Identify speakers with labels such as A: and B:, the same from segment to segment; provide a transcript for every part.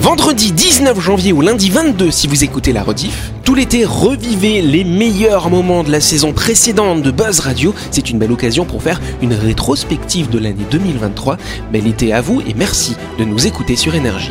A: Vendredi 19 janvier ou lundi 22 si vous écoutez la rediff. Tout l'été, revivez les meilleurs moments de la saison précédente de Buzz Radio. C'est une belle occasion pour faire une rétrospective de l'année 2023. Bel été à vous et merci de nous écouter sur Énergie.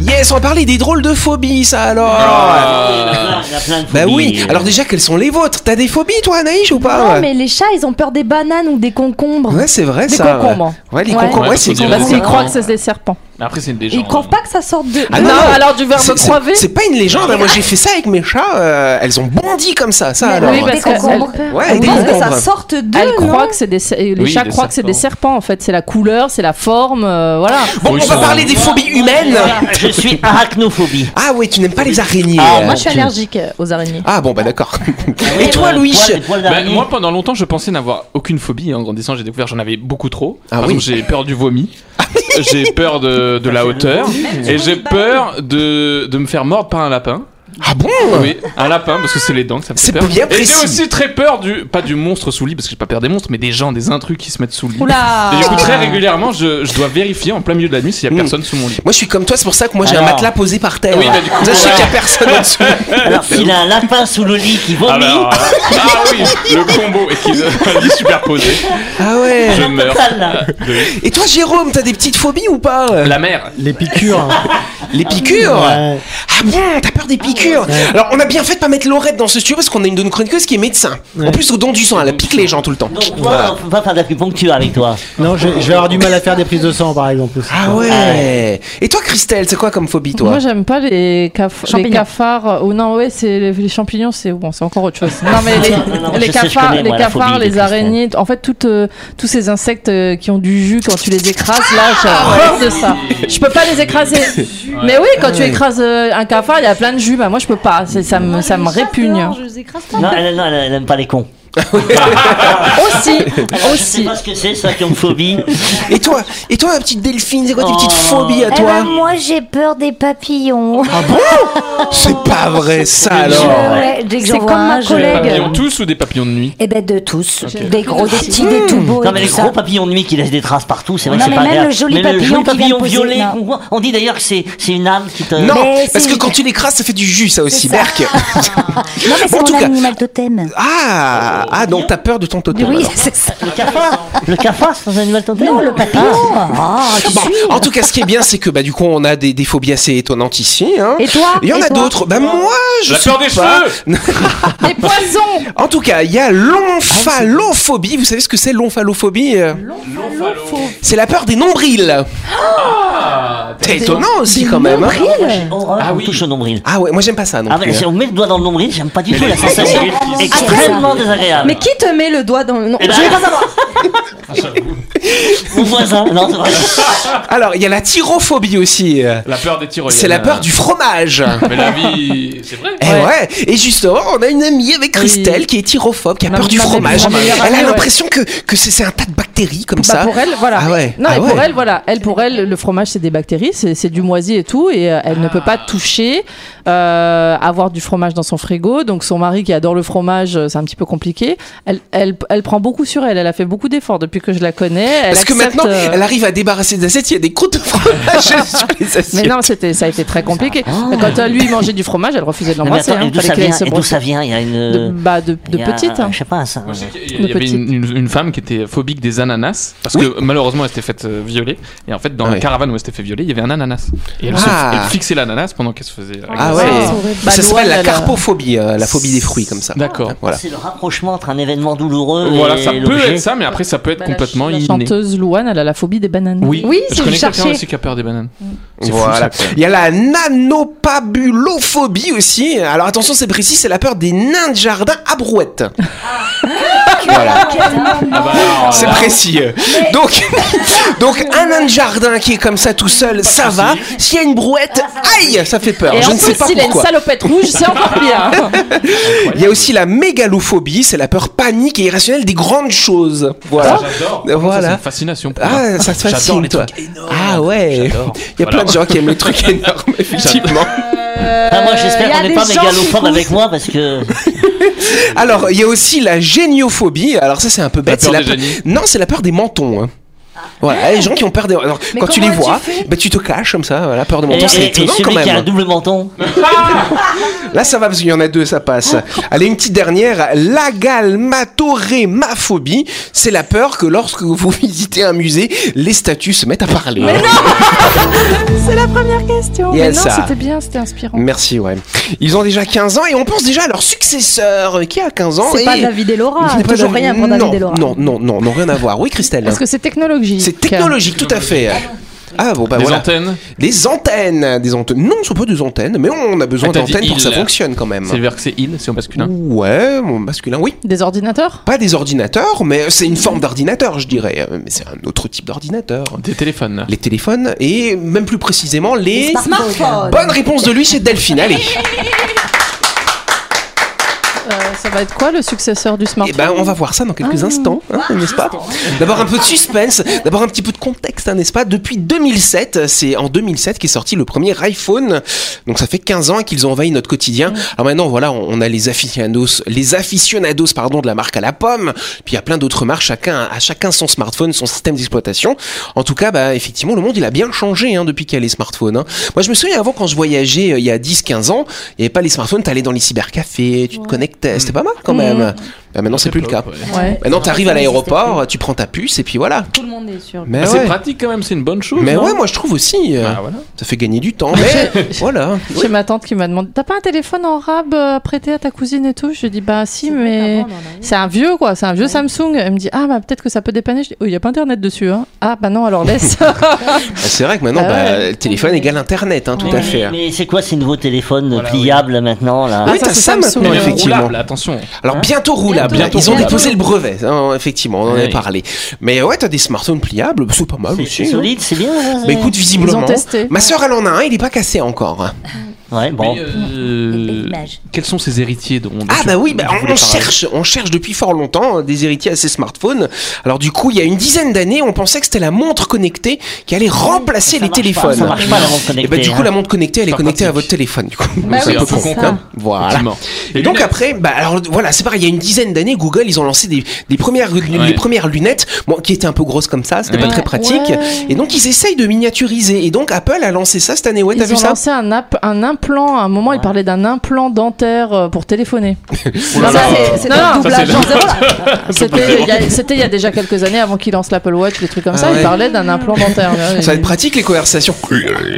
A: Yes, on va parler des drôles de phobies, ça alors Euh,
B: Ah,
A: Bah oui, alors déjà, quelles sont les vôtres T'as des phobies, toi, Anaïs, ou pas
C: Non, mais les chats, ils ont peur des bananes ou des concombres.
A: Ah Ouais, c'est vrai,
C: Des
A: ça. ouais.
C: concombres.
A: Ouais, les
C: Ouais.
A: concombres,
D: Ouais,
A: ouais,
D: faut
A: c'est
D: dire
A: con.
D: les
E: Parce qu'ils
D: Vraiment.
E: croient que ça, c'est des serpents.
D: Mais après, c'est une
C: Ils
D: légende.
C: croient pas que ça sorte de.
A: Ah
C: Non,
A: non,
E: alors du verbe
A: C'est- c'est-
E: crever.
A: C'est pas une légende, hein, moi j'ai fait ça avec mes chats, euh, elles ont bondi comme ça, ça
C: mais
A: alors.
E: oui,
C: des
E: parce que-
C: concombres.
A: Ouais,
C: Elles
A: des
C: pensent que
A: concombres.
C: ça sorte de.
E: Elle croit que c'est des ser- les
D: Oui,
E: chats
D: des
E: croient que c'est des serpents en fait, c'est la couleur, c'est la forme, euh, voilà.
A: Bon,
D: Oui,
A: on va
D: ça-
A: parler des phobies humaines.
B: Je suis arachnophobie.
A: Ah ouais, tu n'aimes pas les araignées.
B: Ah,
A: euh.
B: moi,
F: Moi, je suis allergique euh, aux araignées.
A: Ah bon, bah d'accord. Et toi,
B: Euh,
A: Louis
B: poils- poils
D: Bah,
B: d'araignée.
D: moi, pendant longtemps, je pensais n'avoir aucune phobie. En grandissant, j'ai découvert j'en avais beaucoup trop.
A: Ah
D: Par
A: oui.
D: exemple, j'ai peur du vomi. j'ai peur de, de la hauteur. Et j'ai peur de, de me faire mordre par un lapin.
A: Ah bon
D: Oui, un lapin, parce que c'est les dents que ça me fait
A: C'est
D: peur.
A: bien
D: Et j'ai
A: précis.
D: aussi très peur du. Pas du monstre sous lit, parce que j'ai pas peur des monstres, mais des gens, des intrus qui se mettent sous le lit.
C: Oula
D: Et du coup, très régulièrement, je, je dois vérifier en plein milieu de la nuit s'il y a
A: Mm. Ah.
D: personne sous mon lit.
A: Moi je suis comme toi, c'est pour ça que moi j'ai un
B: Alors.
A: matelas posé par terre.
D: Oui, bah, du coup,
A: Ça, je sais
D: ouais.
A: qu'il y a personne au-dessus.
B: Alors, s'il a un lapin sous le lit qui
D: Ah,
B: vomit,
D: bah, alors, là- ah oui, le combo et qu'ils un lit superposé.
A: Ah ouais.
D: Je meurs.
B: total, là.
D: De-
A: Et toi Jérôme, t'as des petites phobies ou pas euh,
D: La mer.
G: Les piqûres.
A: Les piqûres
G: Ouais.
A: Ah bon, t'as peur des piqûres Alors on a bien fait de pas mettre Laurette dans ce studio parce qu'on a une de nos chroniqueuses qui est médecin. En
G: Ouais.
A: plus au don du sang, elle pique les gens tout le temps.
B: Donc, toi, on va faire de l'acupuncture avec toi.
G: Non, je, je vais avoir du mal à faire des prises de sang, par exemple. aussi.
A: Ah ouais Et toi Christelle, c'est quoi comme phobie toi
E: Moi j'aime pas les, caf- les
F: Champignons.
E: cafards. Oh non ouais c'est les, les champignons c'est bon c'est encore autre chose. Non mais les,
B: Non, non, non,
E: les
B: je sais, je
E: cafards,
B: connais,
E: les,
B: moi, la
E: cafards,
B: phobie des
E: les
B: Christians.
E: araignées, en fait toutes, euh, tous ces insectes euh, qui ont du jus quand tu les écrases là j'ai
B: Ah,
E: horreur de ça. Je peux pas les écraser. Mais oui quand tu écrases euh, un cafard il y a plein de jus bah moi je peux pas c'est- ça me ça me répugne.
B: Non, elle, non, elle, elle aime pas les cons.
E: Aussi
B: Alors, Je sais
E: aussi.
B: pas ce que c'est, ça qui ont phobie.
A: Et toi Et toi ma petite Delphine, c'est quoi tes
B: Oh.
A: petites phobies à
H: Eh ben,
A: toi
H: moi j'ai peur des papillons. Oh.
A: Ah bon C'est pas vrai ça alors
H: Ouais, dès que
F: C'est
H: j'en vois
F: comme ma
H: un, je-
D: Des
F: collègue.
D: papillons tous ou des papillons de nuit
H: Eh ben de tous, des gros, des petits,
A: Hmm.
H: des tout beaux
B: Non,
H: et
B: mais
H: tout
B: les
H: ça.
B: gros papillons de nuit qui laissent des traces partout, c'est vrai
H: Non,
B: que c'est
H: mais
B: pas
H: même
B: agréable.
H: le joli
B: Mais
H: papillon qui vient
B: papillon
H: poser-
B: violet,
H: non.
B: qu'on voit- on dit d'ailleurs que c'est c'est une âme qui te.
A: Non,
H: Mais
A: parce
H: si.
A: que quand tu l'écrases, ça fait du jus, ça aussi, Berk.
H: Non mais
A: En
H: c'est
A: tout
H: mon
A: cas-
H: animal totem.
A: Ah, ah, donc t'as peur de ton totem.
H: Oui,
A: alors.
H: c'est ça.
B: Le cafard Le cafard, c'est un animal totem
H: Non, le papillon. Ah, tu
A: Bon,
H: suis.
A: en tout cas, ce qui est bien, c'est que bah, du coup, on a des, des phobies assez étonnantes ici. Hein.
F: Et toi
A: Il y en
F: Et
A: a
F: toi
A: d'autres. Bah, moi, je
D: La
A: suis
D: peur des
A: pas-
D: cheveux
E: Des poissons.
A: En tout cas, il
H: Ah,
A: y a l'omphalophobie. Vous savez ce que c'est l'omphalophobie euh C'est la peur des nombrils. C'est étonnant aussi, quand même. hein.
B: Ah
D: Ah
B: oui.
D: oui.
B: On touche au nombril.
A: Ah ouais, moi j'aime pas ça non
B: Ah,
A: plus.
B: mais si
A: hein.
B: on met le doigt dans le nombril, j'aime pas du tout la sensation.
F: Ah,
B: Extrêmement désagréable.
C: Mais qui te met le doigt dans le. Non,
B: Ah, Eh ben,
C: je vais pas savoir.
E: Ah,
B: Mon voisin, non, c'est vrai.
A: Alors, il y a la tyrophobie aussi. euh.
D: La peur des tyroliennes.
A: C'est la peur du fromage.
D: Mais la vie, c'est vrai.
A: Eh ouais. Et justement, on a une amie avec
E: Oui.
A: Christelle qui est tyrophobe, qui a
E: Ma-
A: peur du
E: ma belle-
A: fromage.
E: ma meilleure
A: Elle a
E: amie, ouais.
A: l'impression que, que c'est c'est un tas de bactéries comme
E: Bah
A: ça.
E: pour elle, voilà.
A: Ah ouais.
E: Non,
A: Ah
E: et pour
A: ouais.
E: elle, voilà. Elle, pour elle, le fromage, c'est des bactéries, c'est c'est du moisi et tout, et euh, elle ne peut pas
B: Ah.
E: toucher, euh, avoir du fromage dans son frigo. Donc son mari qui adore le fromage, euh, c'est un petit peu compliqué. Elle, elle, elle prend beaucoup sur elle. Elle a fait beaucoup d'efforts depuis que je la connais. Elle
A: Parce que
E: accepte,
A: maintenant,
E: euh,
A: elle arrive à débarrasser des assiettes, il y a des croûtes de fromage sur les assiettes.
E: Mais non, c'était, ça a été très compliqué.
B: va.
E: Quand euh, lui il mangeait du fromage, elle refusait de
B: Ah. Non, mais
E: l'embrasser.
B: attends,
E: hein.
B: et d'où
E: Fallait
B: ça
E: qu'elle
B: vient
E: se
B: Et d'où
E: brosse-
B: ça vient Il y a une.
E: de, bah, de, de
B: il y a-
E: petite. hein.
B: Je sais pas, ça.
D: Moi, je sais qu'il y a-
E: Le
D: Il y avait
E: petit.
D: une, une- une femme qui était phobique des ananas parce que malheureusement elle s'était faite euh, violer et en fait dans
A: Ah
D: la
A: ouais.
D: caravane où elle s'était fait violer il y avait un ananas et elle, se-
A: Ah.
D: elle fixait l'ananas pendant qu'elle se faisait euh,
A: Ah
D: agresser.
A: ouais.
E: Ah, c'est horrible.
A: ça
E: Bah,
A: s'appelle
E: Noël,
A: la
E: elle a-
A: carpophobie, euh, la phobie des fruits comme ça.
D: D'accord.
A: Voilà.
B: C'est le rapprochement entre un événement douloureux
D: Voilà,
B: et
D: ça peut
B: l'objet.
D: être ça, mais après ça peut être
E: Bah, la
D: complètement
E: ch- la,
D: inné.
E: chanteuse Louane, elle a la phobie des bananes.
D: Oui,
F: Oui,
D: je
F: c'est
D: connais
F: le
D: quelqu'un
F: chercher.
D: aussi qui a peur des bananes. C'est fou,
A: Voilà.
D: ça.
A: Il y a la
E: Ah.
A: nanopabulophobie aussi. Alors attention, c'est précis, c'est la peur des nains de jardin à brouette. Voilà.
D: Ah bah alors,
A: C'est
D: là,
A: précis. euh. Donc, donc un nain de jardin qui est comme ça tout seul, ça va. S'il y a une brouette, aïe, ça fait peur.
E: Et
A: Je
E: en
A: ne sais
E: plus,
A: pas
E: s'il a une
A: pourquoi.
E: salopette rouge, c'est encore pire.
A: Il y a aussi la mégalophobie, c'est la peur panique et irrationnelle des grandes choses. Voilà. Euh,
D: J'adore.
A: Voilà.
D: Ça, c'est une fascination. pour moi.
A: Ah, ça te
F: J'adore
A: fascine,
F: les
A: toi.
F: trucs énormes.
A: Ah ouais.
F: J'adore.
A: Il y a plein de gens qui aiment les trucs énormes, effectivement.
B: Ah, moi, j'espère
C: Euh,
E: Il y a
B: qu'on n'est
E: des
B: pas
E: gens
B: mégalophobe
E: qui
B: avec moi parce que.
A: Alors, il y a aussi la géniophobie. Alors ça, c'est un peu bête.
D: peur
A: c'est
D: des génies.
A: Non, c'est la peur des mentons. hein. Voilà, les gens qui ont peur des. Alors,
C: Ah. Mais
A: quand tu les
C: comment
A: vois,
C: tu fais
A: bah, tu te caches comme ça, voilà, peur de
B: Et,
A: menton, c'est
B: et- et
A: étonnant
B: celui
A: quand même.
B: qui a un double menton.
A: Là, ça va parce qu'il y en a deux, ça passe. Allez, une petite dernière. L'agalmatorémaphobie, c'est la peur que lorsque vous visitez un musée, les statues se mettent à parler. Mais non
C: C'est la première question.
A: Il y a
C: Mais non,
A: ça.
C: c'était bien, c'était inspirant.
A: Merci, ouais. Ils ont déjà 15 ans et on pense déjà à leur successeur euh, qui a 15 ans.
C: C'est
A: et...
C: pas David et Laura.
A: C'est pas
C: Toujours
A: David-
C: rien pour
A: non,
C: David et Laura.
A: Non, non, non, non, rien à voir. Oui, Christelle.
E: Parce que c'est technologique.
A: C'est technologique, tout à fait. Ah bon, bah
D: Les
A: voilà.
D: antennes,
A: Des antennes. Des antennes. Non, ce sont pas des antennes, mais on a besoin
D: Ah, t'as dit
A: d'antennes pour que ça
D: il.
A: fonctionne quand même.
D: c'est le verbe que c'est il, c'est au masculin.
A: Ouais, mon masculin, oui.
E: Des ordinateurs
A: Pas des ordinateurs, mais c'est une forme d'ordinateur, je dirais. Mais c'est un autre type d'ordinateur.
D: Des téléphones.
A: Les téléphones et même plus précisément les.
C: Smartphone.
A: Bonne réponse de lui, c'est Delphine. Allez.
E: Euh, Ça va être quoi le successeur du
A: Eh
E: smartphone
A: ben, on va voir ça dans quelques instants, hein, n'est-ce pas D'abord un peu de suspense, d'abord un petit peu de contexte, hein, n'est-ce pas Depuis 2007, c'est en 2007 qu'est sorti le premier iPhone. Donc ça fait 15 ans qu'ils ont envahi notre quotidien. Alors maintenant, voilà, on on a les aficionados, les aficionados pardon, de la marque à la pomme. Puis il y a plein d'autres marques, chacun à chacun son smartphone, son système d'exploitation. En tout cas, bah, effectivement, le monde il a bien changé hein, depuis qu'il y a les smartphones. hein. Moi, je me souviens avant quand je voyageais euh, il y a 10-15 ans, il n'y avait pas les smartphones, t'allais dans les cybercafés, tu te connectais, c'était pas mal quand même. Bah, maintenant, c'est plus le cas.
E: Ouais.
A: Maintenant, t'arrives à l'aéroport, tu prends ta puce et puis voilà.
C: Tout le monde est sûr.
A: Mais
D: Ah, C'est
A: ouais.
D: pratique quand même, c'est une bonne chose.
A: Mais
D: non
A: ouais, moi je trouve aussi. euh,
D: Ah, voilà.
A: Ça fait gagner du temps. Mais voilà.
E: J'ai ma tante qui m'a demandé T'as pas un téléphone en rab euh, à prêter à ta cousine et tout Je lui dis Bah si, mais. C'est un vieux quoi, c'est un vieux Samsung. Elle me dit Ah bah peut-être que ça peut dépanner. Je dis Oh, il n'y a pas internet dessus. Hein. Ah bah non, alors laisse.
A: Bah, C'est vrai que maintenant,
E: Ah
A: bah,
E: ouais.
A: le téléphone égale Internet, hein, tout à
B: Mais-
A: fait.
B: Mais c'est quoi ces nouveaux téléphones
D: Voilà,
B: pliables maintenant là
A: Ah,
E: Ah,
A: oui,
E: ça,
A: t'as
E: c'est
A: ça
E: Samsung.
A: maintenant,
D: Mais même
A: effectivement.
D: roulable, attention.
A: Alors, bientôt roulable.
D: Bientôt
A: Ils ont
D: roulable.
A: déposé le brevet, hein, effectivement, on en avait
D: Oui.
A: parlé. Mais ouais, t'as des smartphones pliables, c'est pas mal
B: C'est
A: aussi.
B: c'est
A: hein.
B: solide, c'est bien. ça, c'est-
A: Bah écoute,
E: Ils
A: visiblement.
E: ont testé.
A: Ma soeur, elle en a un, il est pas cassé encore.
B: Ouais, bon.
D: Mais, euh,
H: L'image.
D: Quels sont ces héritiers dont dont
A: Ah
D: tu-
A: bah oui,
D: dont
A: bah,
D: tu
A: on,
D: voulais parler
A: cherche, on cherche depuis fort longtemps euh, des héritiers à ces smartphones. Alors du coup, il y a une dizaine d'années, on pensait que c'était la montre connectée qui allait remplacer
B: Ça
A: les
B: marche
A: téléphones.
B: pas, Ça marche pas la montre
A: Et
B: connectée.
A: bah du coup,
B: hein.
A: la montre connectée, elle est
D: Pas
A: connectée à
D: pratique.
A: votre téléphone. Du coup,
C: Bah
A: c'est
C: oui,
A: un peu
C: c'est
A: con.
C: ça.
A: hein. Voilà.
D: Effectivement.
A: Et
D: Les
A: donc
D: lunettes.
A: après, bah alors voilà, c'est pareil. Il y a une dizaine d'années, Google, ils ont lancé des, des premières
D: Ouais.
A: les premières lunettes, bon, qui étaient un peu grosses comme ça, c'était pas
D: Ouais.
A: très pratique.
C: Ouais.
A: Et donc ils essayent de miniaturiser. Et donc Apple a lancé ça cette année. Ouais, t'as
E: Ils
A: vu
E: ont
A: ça
E: lancé un, app- un implant. À un moment, ils parlaient d'un implant dentaire euh, pour téléphoner.
D: Oh
C: Ça,
D: là
E: Ah,
D: là.
C: c'est- c'est
E: Non,
C: un
E: non,
C: double
D: ça, c'est
C: agent.
A: Ah,
E: C'était il y a- c'était il y a déjà quelques années avant qu'ils lancent l'Apple Watch, les trucs comme ça.
A: Ah ouais.
E: Ils parlaient d'un implant dentaire. là,
A: Ça va
E: et-
A: être pratique les conversations.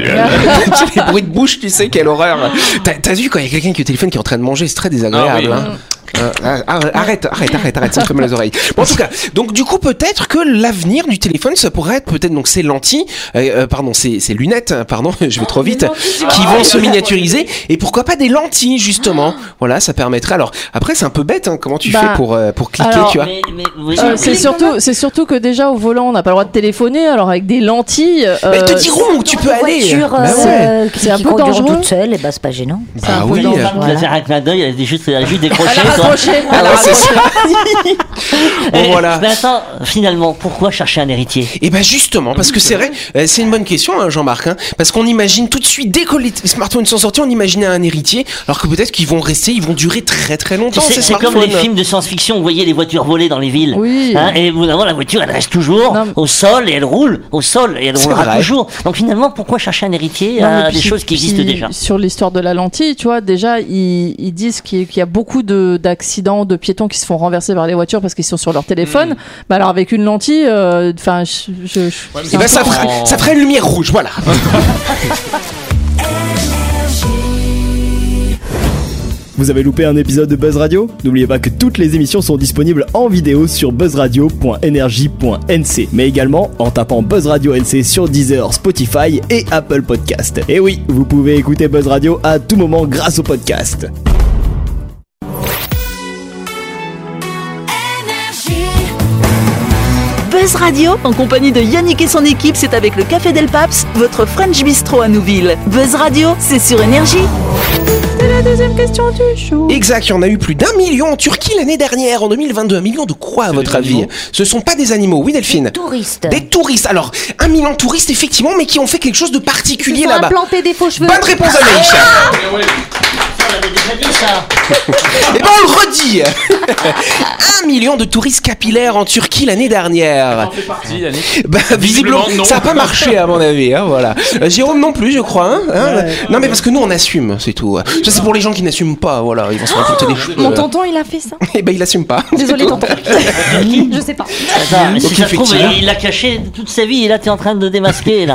A: les bruits de bouche, tu sais, quelle horreur. T'as- T'as vu quand il y a quelqu'un qui est au téléphone qui est en train de manger, c'est très désagréable.
D: Ah oui.
A: hein. Euh, ah, ah, arrête, arrête, arrête, arrête, ça me fait mal aux oreilles. Bon, en tout cas, donc du coup, peut-être que l'avenir du téléphone, ça pourrait être peut-être donc ces lentilles, euh, euh, pardon, ces, ces lunettes, euh, pardon, je vais trop vite, qui vont se miniaturiser et pourquoi pas des lentilles justement. Voilà, ça permettrait. Alors après, c'est un peu bête, hein, comment tu
E: Bah,
A: fais pour euh, pour cliquer,
E: alors,
A: tu vois
B: Mais- mais- oui,
E: Euh,
B: mais-
E: c'est surtout, c'est surtout que déjà au volant, on n'a pas le droit de téléphoner. Alors avec des lentilles, euh,
A: Bah, Ils te diront où tu peux
H: Les
A: aller.
H: voitures,
A: Bah
H: euh,
A: ouais.
H: qui,
E: C'est un
H: qui
E: peu
H: conduiront
E: dangereux.
H: toutes seules, et bah c'est pas gênant.
A: Bah
B: Ah
A: oui.
B: non, ça, Tu vas faire un clin d'œil, elle est juste, elle a juste décroché.
E: elle a
B: quoi.
E: raccroché.
A: Ah,
E: Elle a
A: ouais, c'est ça. bon
B: Eh,
A: voilà.
B: Mais attends, finalement, pourquoi chercher un héritier
A: Et ben justement, parce que c'est vrai, euh, c'est une bonne question, hein, Jean-Marc, hein, parce qu'on imagine tout de suite, dès que les t- smartphones sont sortis, on imaginait un héritier, alors que peut-être qu'ils vont rester, ils vont durer très très
B: Tu
A: longtemps,
B: sais,
A: ces
B: C'est comme les
A: smartphones.
B: films de science-fiction, vous voyez les voitures voler dans les villes.
E: Oui.
B: Hein, et vous la voiture, elle reste toujours
E: Non, mais-
B: au sol et elle roule au sol et elle
A: C'est
B: roulera
A: vrai.
B: toujours. Donc finalement, pourquoi chercher un héritier
E: Non, mais
B: à
E: puis-
B: des choses qui
E: puis
B: existent déjà
E: Sur l'histoire de la lentille, tu vois, déjà, ils, ils disent qu'il y qu'il y a beaucoup de- d'accidents, de, piétons qui se font renverser par les voitures parce qu'ils sont sur leur téléphone.
A: Hmm.
E: Bah alors, avec une lentille, euh, enfin, je. je- je-
D: Ouais, mais
A: Et
D: c'est
A: ben
D: un
A: ça
D: peu
A: ferait,
D: en-
A: ça ferait une lumière rouge, voilà.
I: Vous avez loupé un épisode de Buzz Radio N'oubliez pas que toutes les émissions sont disponibles en vidéo sur buzzradio.energie.nc, mais également en tapant Buzz Radio NC sur Deezer, Spotify et Apple Podcast. Et oui, vous pouvez écouter Buzz Radio à tout moment grâce au podcast.
H: Énergie.
J: Buzz Radio, en compagnie de Yannick et son équipe, c'est avec le Café Del Paps, votre French Bistro à Nouville. Buzz Radio, c'est sur Énergie.
A: Exact, il y en a eu plus d'un million en Turquie l'année dernière, en 2022. Un million de quoi, à votre avis Ce sont pas des animaux, oui, Delphine
H: Touriste.
A: Des touristes. Alors, un million de touristes, effectivement, mais qui ont fait quelque chose de
C: Ils
A: particulier
C: ont
A: là-bas.
C: implanté des faux cheveux.
A: Bonne réponse à Maïcha. Eh ben, on le redit Un million de touristes capillaires en Turquie l'année dernière.
D: fait partie, Yannick.
A: Bah, visiblement,
D: Visiblement, non.
A: ça n'a pas marché à mon avis. hein, voilà. Euh, Jérôme non plus, je crois. hein, hein. non, mais parce que nous, on assume, c'est tout. Ça, c'est pour les gens qui n'assument pas. Voilà, ils vont se raconter
E: Ah,
A: des choses.
C: Mon tonton, il a fait ça.
A: Eh ben, ils n'assument pas.
C: Désolé, tonton. Je sais pas.
B: Attends, mais si
A: Donc,
B: ça se trouve,
A: effectivement.
B: il l'a caché toute sa vie et là t'es en train de démasquer là.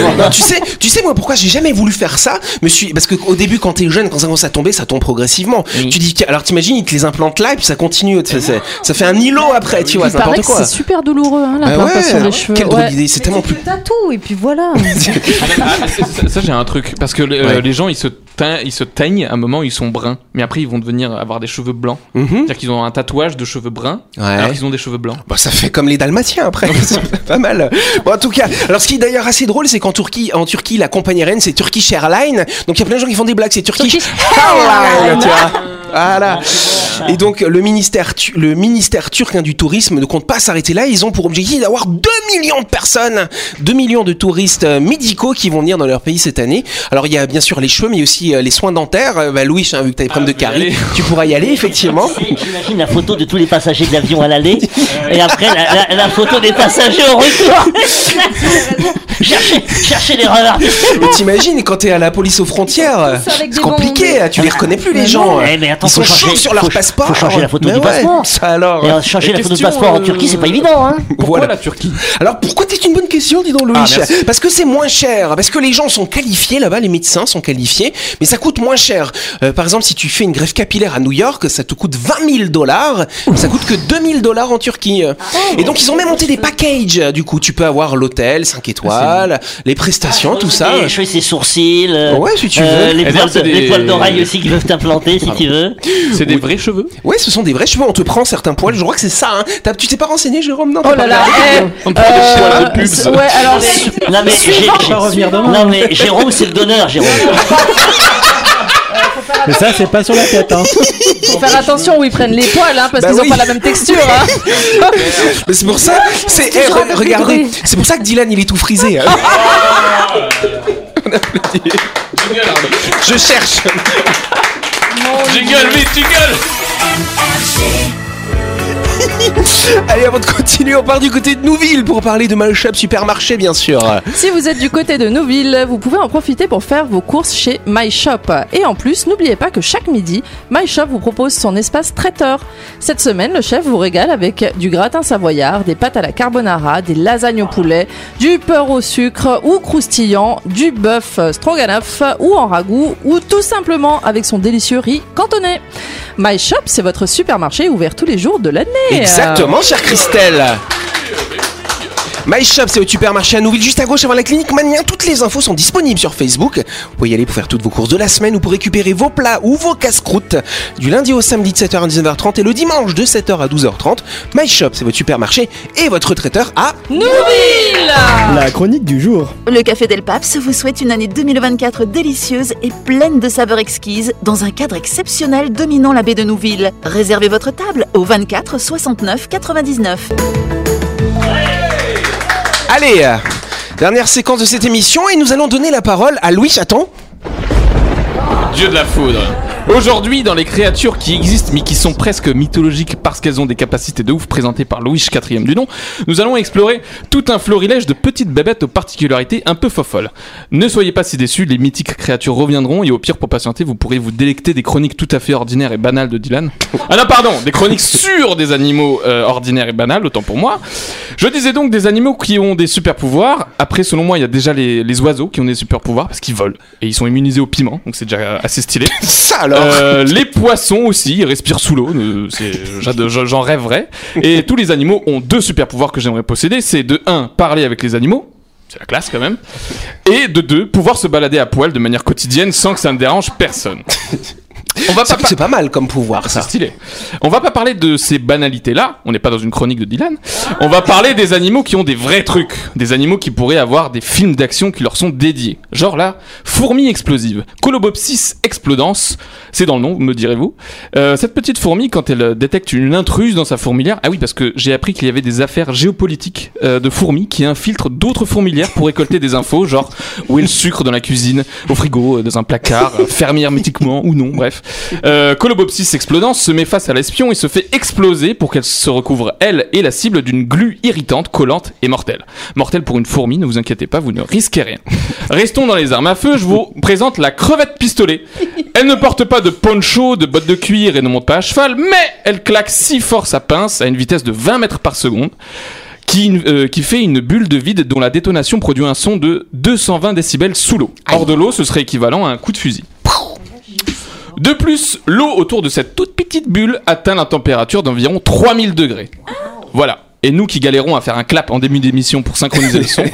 A: Non, Ah, tu sais, tu sais moi pourquoi j'ai jamais voulu faire ça me suis parce que au début quand t'es jeune quand ça commence à tomber ça tombe progressivement.
B: Oui.
A: Tu dis que- alors t'imagines ils te les implantent là et puis ça continue tu sais, c'est- ça fait un îlot après tu vois
E: Il
A: c'est
E: paraît
A: n'importe
E: que
A: quoi.
E: c'est super douloureux, hein,
A: Ah
E: l'implantation
A: ouais,
E: des cheveux.
A: Quelle drôle
E: Ouais.
A: d'idée, c'est tellement plus.
C: Tatou, et puis voilà.
D: Ah, ça, ça, j'ai un truc parce que euh,
A: Ouais.
D: les gens ils se teint- ils se teignent à un moment ils sont bruns mais après ils vont devenir avoir des cheveux blancs
A: Mhm.
D: c'est-à-dire qu'ils ont un tatouage de cheveux bruns alors
A: Ouais.
D: qu'ils ont des cheveux blancs
A: Bon, Bah, ça fait comme les Dalmatiens après, c'est pas mal. Bon, en tout cas, alors ce qui est d'ailleurs assez drôle, c'est qu'en Turquie, en Turquie, la compagnie aérienne c'est Turkish Airlines, donc il y a plein de gens qui font des blagues, c'est Turkish, Airlines, Ah, tu vois. Voilà. Et donc le ministère, tu- le ministère turc hein, du tourisme ne compte pas s'arrêter là. Ils ont pour objectif d'avoir 2 millions de personnes, 2 millions de touristes euh, médicaux qui vont venir dans leur pays cette année. Alors il y a bien sûr les cheveux, mais aussi euh, les soins dentaires. Euh, Bah, Louis, hein, vu que t'as des problèmes de
D: Ah, vous y
A: caries,
D: allez.
A: tu pourras y aller
E: Oh.
A: effectivement.
B: Et J'imagine la photo de tous les passagers de l'avion à l'aller et après la, la- la photo des passagers au retour. cherchez, cherchez l'erreur.
A: Mais t'imagines quand t'es à la police aux frontières,
C: Tous
A: c'est
C: avec des
A: compliqué, hein, tu les reconnais plus les gens. hein.
B: Eh, Ah, mais attends,
A: Ils sont
B: faut
A: chauds
B: changer-
A: sur leur
B: faut-
A: passeport.
B: faut changer la photo
A: Mais
B: du
A: ouais,
B: passeport.
A: Ça alors.
B: Et alors, changer
D: Et
B: la photo de
D: question,
B: passeport en
D: euh,
B: Turquie, c'est pas évident. Hein.
D: pourquoi
A: Voilà.
D: la Turquie
A: Alors pourquoi c'est une bonne question, dis donc Louis
D: Ah, merci.
A: Parce que c'est moins cher, parce que les gens sont qualifiés là-bas, les médecins sont qualifiés, mais ça coûte moins cher. Euh, par exemple, si tu fais une greffe capillaire à New York, ça te coûte 20 000 dollars, ça coûte que 2 000 dollars en Turquie.
C: Ah,
A: Et donc ils ont même monté des packages. Du coup, tu peux avoir l'hôtel
B: Ah,
A: 5 étoiles, les
C: Ah,
A: prestations, tout ça.
B: Et choisir ses sourcils. euh,
A: Ouais, si tu
B: euh,
A: veux.
B: les
D: Et
B: poils
D: d'ailleurs,
B: de-
D: Eh c'est
B: les
D: des-
B: poils d'oreille aussi qui peuvent t'implanter si tu veux.
D: c'est des vrais cheveux
E: Euh,
A: Ouais, ce sont des vrais cheveux. On te prend certains poils. Je crois que c'est ça. Hein. T'as- tu t'es pas renseigné, Jérôme Non.
E: Oh là là, eh,
D: On prend des
E: euh,
D: poils de pubs.
E: c'est- ouais, alors,
B: Non mais, j'ai- j'ai-
G: On va revenir demain.
B: non, mais Jérôme, c'est le donneur, Jérôme.
G: Mais ça, c'est pas sur la tête. Hein.
E: faut faire attention où ils prennent les poils, hein, parce
A: Bah
E: qu'ils
A: oui.
E: ont pas la même texture. hein.
A: Mais c'est pour ça. C'est eh, re- regardez. C'est pour ça que Dylan il est tout frisé. hein. Je cherche.
D: Jingle, vite, jingle
A: Allez, avant de continuer, on part du côté de Nouville pour parler de Malchap Supermarché, bien sûr.
E: Si vous êtes du côté de Nouville, vous pouvez en profiter pour faire vos courses chez My Shop. Et en plus, n'oubliez pas que chaque midi, My Shop vous propose son espace traiteur. Cette semaine, le chef vous régale avec du gratin savoyard, des pâtes à la carbonara, des lasagnes au poulet, du beurre au sucre ou croustillant, du bœuf stroganoff ou en ragoût, ou tout simplement avec son délicieux riz cantonais. My Shop, c'est votre supermarché ouvert tous les jours de l'année.
A: Exactement, chère Christelle. My Shop, c'est au supermarché à Nouville, juste à gauche avant la clinique Mania. Toutes les infos sont disponibles sur Facebook. Vous pouvez y aller pour faire toutes vos courses de la semaine ou pour récupérer vos plats ou vos casse-croûtes du lundi au samedi de 7h à 19h30 et le dimanche de 7h à 12h30. My Shop, c'est votre supermarché et votre traiteur à
I: La chronique du jour.
J: Le Café Del Paps vous souhaite une année 2024 délicieuse et pleine de saveurs exquises dans un cadre exceptionnel dominant la baie de Nouville. Réservez votre table au 24 69 99.
A: Allez, euh, dernière séquence de cette émission et nous allons donner la parole à Louis Chaton.
D: Dieu de la foudre. Aujourd'hui, dans les créatures qui existent mais qui sont presque mythologiques parce qu'elles ont des capacités de ouf présentées par Louis IV du nom, nous allons explorer tout un florilège de petites babettes aux particularités un peu fofolles. Ne soyez pas si déçus, les mythiques créatures reviendront et au pire, pour patienter, vous pourrez vous délecter des chroniques tout à fait ordinaires et banales de Dylan. Ah non, pardon, des chroniques sur des animaux euh, ordinaires et banales, autant pour moi. Je disais donc des animaux qui ont des super pouvoirs. Après, selon moi, il y a déjà les, les oiseaux qui ont des super pouvoirs parce qu'ils volent et ils sont immunisés au piment, donc c'est déjà assez stylé.
A: Ça alors
D: Euh, les poissons aussi, ils respirent sous l'eau. euh, c'est- j'ad- je- J'en rêverais. Et tous les animaux ont deux super pouvoirs que j'aimerais posséder. C'est de 1, parler avec les animaux. C'est la classe quand même. Et de 2, pouvoir se balader à poil de manière quotidienne sans que ça ne dérange personne. On va pas
A: C'est c'est pas mal comme pouvoir,
D: C'est
A: ça.
D: stylé. On va pas parler de ces banalités-là. On n'est pas dans une chronique de Dylan. On va parler des animaux qui ont des vrais trucs. Des animaux qui pourraient avoir des films d'action qui leur sont dédiés. Genre là, fourmi explosive. Colobopsis explodans. C'est dans le nom, me direz-vous. Euh, cette petite fourmi, quand elle euh, détecte une intruse dans sa fourmilière. Ah oui, parce que j'ai appris qu'il y avait des affaires géopolitiques euh, de fourmis qui infiltrent d'autres fourmilières pour récolter des infos, genre où est le sucre dans la cuisine, au frigo, euh, dans un placard, euh, fermé hermétiquement ou non, bref. Euh, Colobopsis explodant se met face à l'espion et se fait exploser pour qu'elle se recouvre, elle et la cible, d'une glu irritante, collante et mortelle. Mortelle pour une fourmi, ne vous inquiétez pas, vous ne risquez rien. Restons dans les armes à feu, je vous présente la crevette pistolet. Elle ne porte pas de poncho, de bottes de cuir et ne monte pas à cheval, mais elle claque si fort sa pince à une vitesse de 20 mètres par seconde. Qui, euh, qui fait une bulle de vide dont la détonation produit un son de 220 décibels sous l'eau. Hors de l'eau, ce serait équivalent à un coup de fusil. Hein. De plus, l'eau autour de cette toute petite bulle atteint la température d'environ 3000 degrés. Voilà. Et nous qui galérons à faire un clap en début d'émission pour synchroniser le son.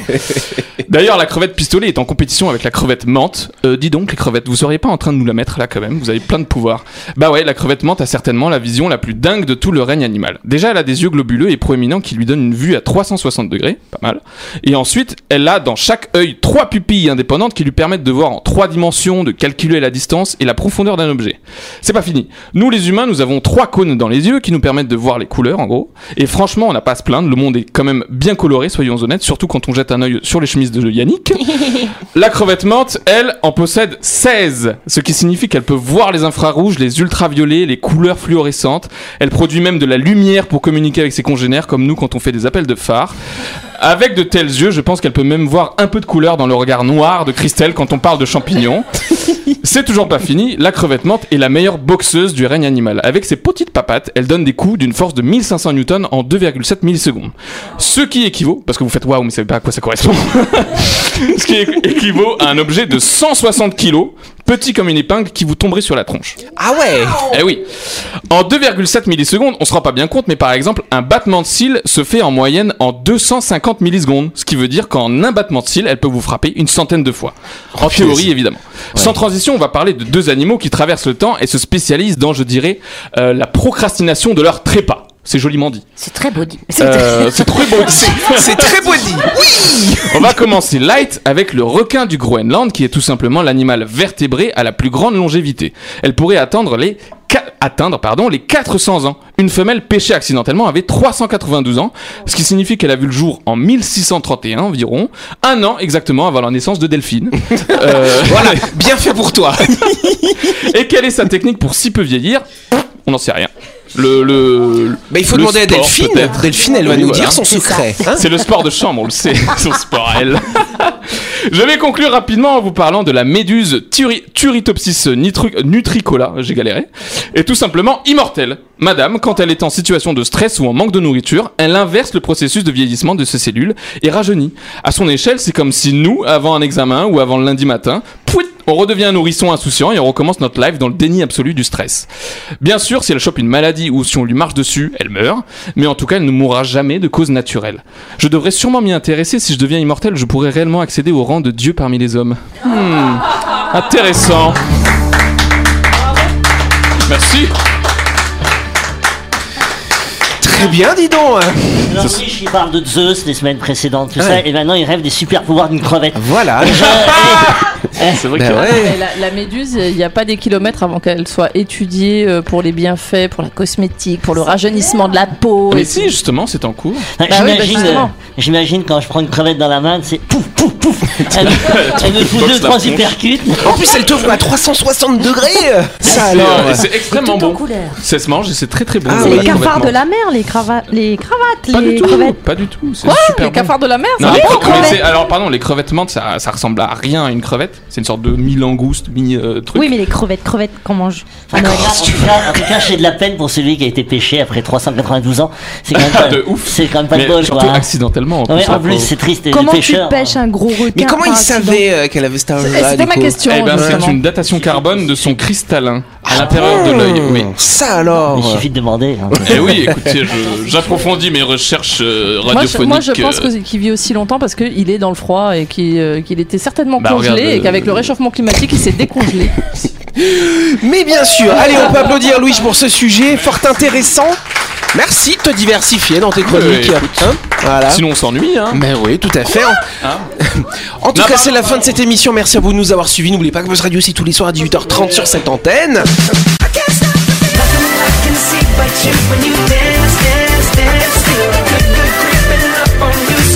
D: D'ailleurs, la crevette pistolet est en compétition avec la crevette menthe. Euh, dis donc, les crevettes, vous seriez pas en train de nous la mettre là quand même Vous avez plein de pouvoirs. Bah ouais, la crevette menthe a certainement la vision la plus dingue de tout le règne animal. Déjà, elle a des yeux globuleux et proéminents qui lui donnent une vue à 360 degrés, pas mal. Et ensuite, elle a dans chaque œil trois pupilles indépendantes qui lui permettent de voir en trois dimensions, de calculer la distance et la profondeur d'un objet. C'est pas fini. Nous, les humains, nous avons trois cônes dans les yeux qui nous permettent de voir les couleurs, en gros. Et franchement, on n'a pas à se plaindre. Le monde est quand même bien coloré, soyons honnêtes, surtout quand on jette un œil sur les chemises de Yannick. la crevette menthe, elle, en possède 16, ce qui signifie qu'elle peut voir les infrarouges, les ultraviolets, les couleurs fluorescentes. Elle produit même de la lumière pour communiquer avec ses congénères, comme nous quand on fait des appels de phare. Avec de tels yeux, je pense qu'elle peut même voir un peu de couleur dans le regard noir de Christelle quand on parle de champignons. C'est toujours pas fini, la crevette menthe est la meilleure boxeuse du règne animal. Avec ses petites papates, elle donne des coups d'une force de 1500 newtons en 2,7 millisecondes. Ce qui équivaut, parce que vous faites waouh, mais vous savez pas à quoi ça correspond. Ce qui équ- équivaut à un objet de 160 kilos, petit comme une épingle qui vous tomberait sur la tronche.
A: Ah ouais
D: Eh oui. En 2,7 millisecondes, on se rend pas bien compte, mais par exemple, un battement de cils se fait en moyenne en 250 millisecondes. Ce qui veut dire qu'en un battement de cils, elle peut vous frapper une centaine de fois. En théorie, évidemment. Sans transition, on va parler de deux animaux qui traversent le temps et se spécialisent dans, je dirais, euh, la procrastination de leur trépas. C'est joliment dit.
H: C'est très beau dit.
D: Euh, c'est trop beau.
A: C'est très beau dit
D: On va commencer light avec le requin du Groenland qui est tout simplement l'animal vertébré à la plus grande longévité. Elle pourrait atteindre les qua- atteindre pardon, les 400 ans. Une femelle pêchée accidentellement avait 392 ans, ce qui signifie qu'elle a vu le jour en 1631 environ, un an exactement avant la naissance de Delphine. Euh,
A: Voilà, bien fait pour toi
D: et quelle est sa technique pour si peu vieillir On n'en sait rien. Le, le,
A: Bah, il faut
D: le
A: demander à
D: sport,
A: Delphine.
D: peut-être.
A: Delphine, elle va
D: Oui,
A: nous
D: voilà.
A: dire son secret. hein.
D: C'est le sport de chambre, on le sait, son sport à elle. Je vais conclure rapidement en vous parlant de la méduse Turi- Turritopsis nitru- nutricola, j'ai galéré, et tout simplement immortelle. Madame, quand elle est en situation de stress ou en manque de nourriture, elle inverse le processus de vieillissement de ses cellules et rajeunit. À son échelle, c'est comme si nous, avant un examen ou avant le lundi matin, pouit, on redevient un nourrisson insouciant et on recommence notre life dans le déni absolu du stress. Bien sûr, si elle chope une maladie ou si on lui marche dessus, elle meurt, mais en tout cas, elle ne mourra jamais de cause naturelle. Je devrais sûrement m'y intéresser, si je deviens immortel, je pourrais réellement accéder au rang de Dieu parmi les hommes. Hmm, intéressant. Merci.
A: Très bien, dis donc hein.
B: Alors, oui, il parle de Zeus les semaines précédentes, tout ça, et maintenant il rêve des super pouvoirs d'une crevette.
A: Voilà
D: Eh, C'est vrai
A: Bah ouais.
E: Et la, la méduse, il n'y a pas des kilomètres avant qu'elle soit étudiée euh, pour les bienfaits, pour la cosmétique, pour le rajeunissement de la peau.
D: Mais
E: et
D: si, justement, c'est en cours.
A: Ah
B: Enfin,
A: ben
E: Bah oui, bah
B: J'imagine
E: justement.
B: euh, j'imagine quand je prends une crevette dans la main, c'est pouf, pouf, pouf. Elle, elle me fout
D: boxes
B: deux,
D: la
B: trois
D: tronche.
B: hypercutes.
A: En plus, elle te voit à 360 degrés euh. Ça alors
D: Non, et c'est extrêmement
H: Tout en
D: bon.
H: couleur.
D: Ça se mange et c'est très très bon.
A: Ah,
C: C'est
A: ouais,
C: les cafards de
D: complètement.
C: la mer, les, crava- les cravates,
D: Pas
C: les
D: du tout.
C: crevettes.
D: Pas du tout. C'est
E: Quoi
D: super
E: Les
D: bon.
E: cafards de la mer, hein.
D: Non,
E: ça
D: mais-
E: va
D: mais c'est- alors pardon, les crevettes menthes, ça, ça ressemble à rien à une crevette. C'est une sorte de mi-langouste, mi-truc.
C: Oui, mais les crevettes, crevettes qu'on mange.
D: Ah,
C: à
B: En
C: Noël.
B: tout cas, en tout cas, j'ai de la peine pour celui qui a été pêché après 392 ans. C'est quand même pas,
D: Ah, De ouf.
B: C'est quand même pas de
D: Mais
B: bol,
D: surtout
B: quoi. hein.
D: accidentellement. En
B: Ouais,
D: plus,
B: en
D: hein,
B: plus,
D: faut-
B: c'est triste. et
C: Comment
B: les
C: tu
B: pêcheurs, hein.
C: pêches
D: hein.
C: un gros requin
A: Mais comment il
C: par accident
A: savait euh, qu'elle avait cet âge-là
E: C'était
A: du
E: ma
A: coup
E: question.
D: Eh ben, c'est
E: justement.
D: une datation carbone de son cristallin
B: Ah.
D: à l'intérieur Ah, de l'œil. Oui.
A: Hmm. Ça
B: Il
A: alors euh,
B: suffit de demander. hein.
D: Eh oui, écoutez, je- j'approfondis mes recherches euh,
E: Moi je,
D: radiophoniques.
E: moi, je pense
D: euh,
E: que- qu'il vit aussi longtemps parce qu'il est dans le froid et qu'il euh, qu'il était certainement
D: Bah,
E: congelé
D: regarde,
E: et qu'avec
D: euh,
E: le réchauffement climatique, il s'est décongelé.
A: Mais bien sûr, allez, on peut applaudir Louis pour ce sujet fort intéressant. Merci de te diversifier dans tes chroniques.
D: Ouais, écoute.
A: Hein voilà.
D: Sinon, on s'ennuie, hein.
A: Mais oui, tout à fait.
D: Hein
A: en tout
D: Non,
A: cas,
D: pardon,
A: c'est la fin de cette émission. Merci à vous de nous avoir suivis. N'oubliez pas que Buzz Radio, c'est tous les soirs à 18h30 sur cette antenne.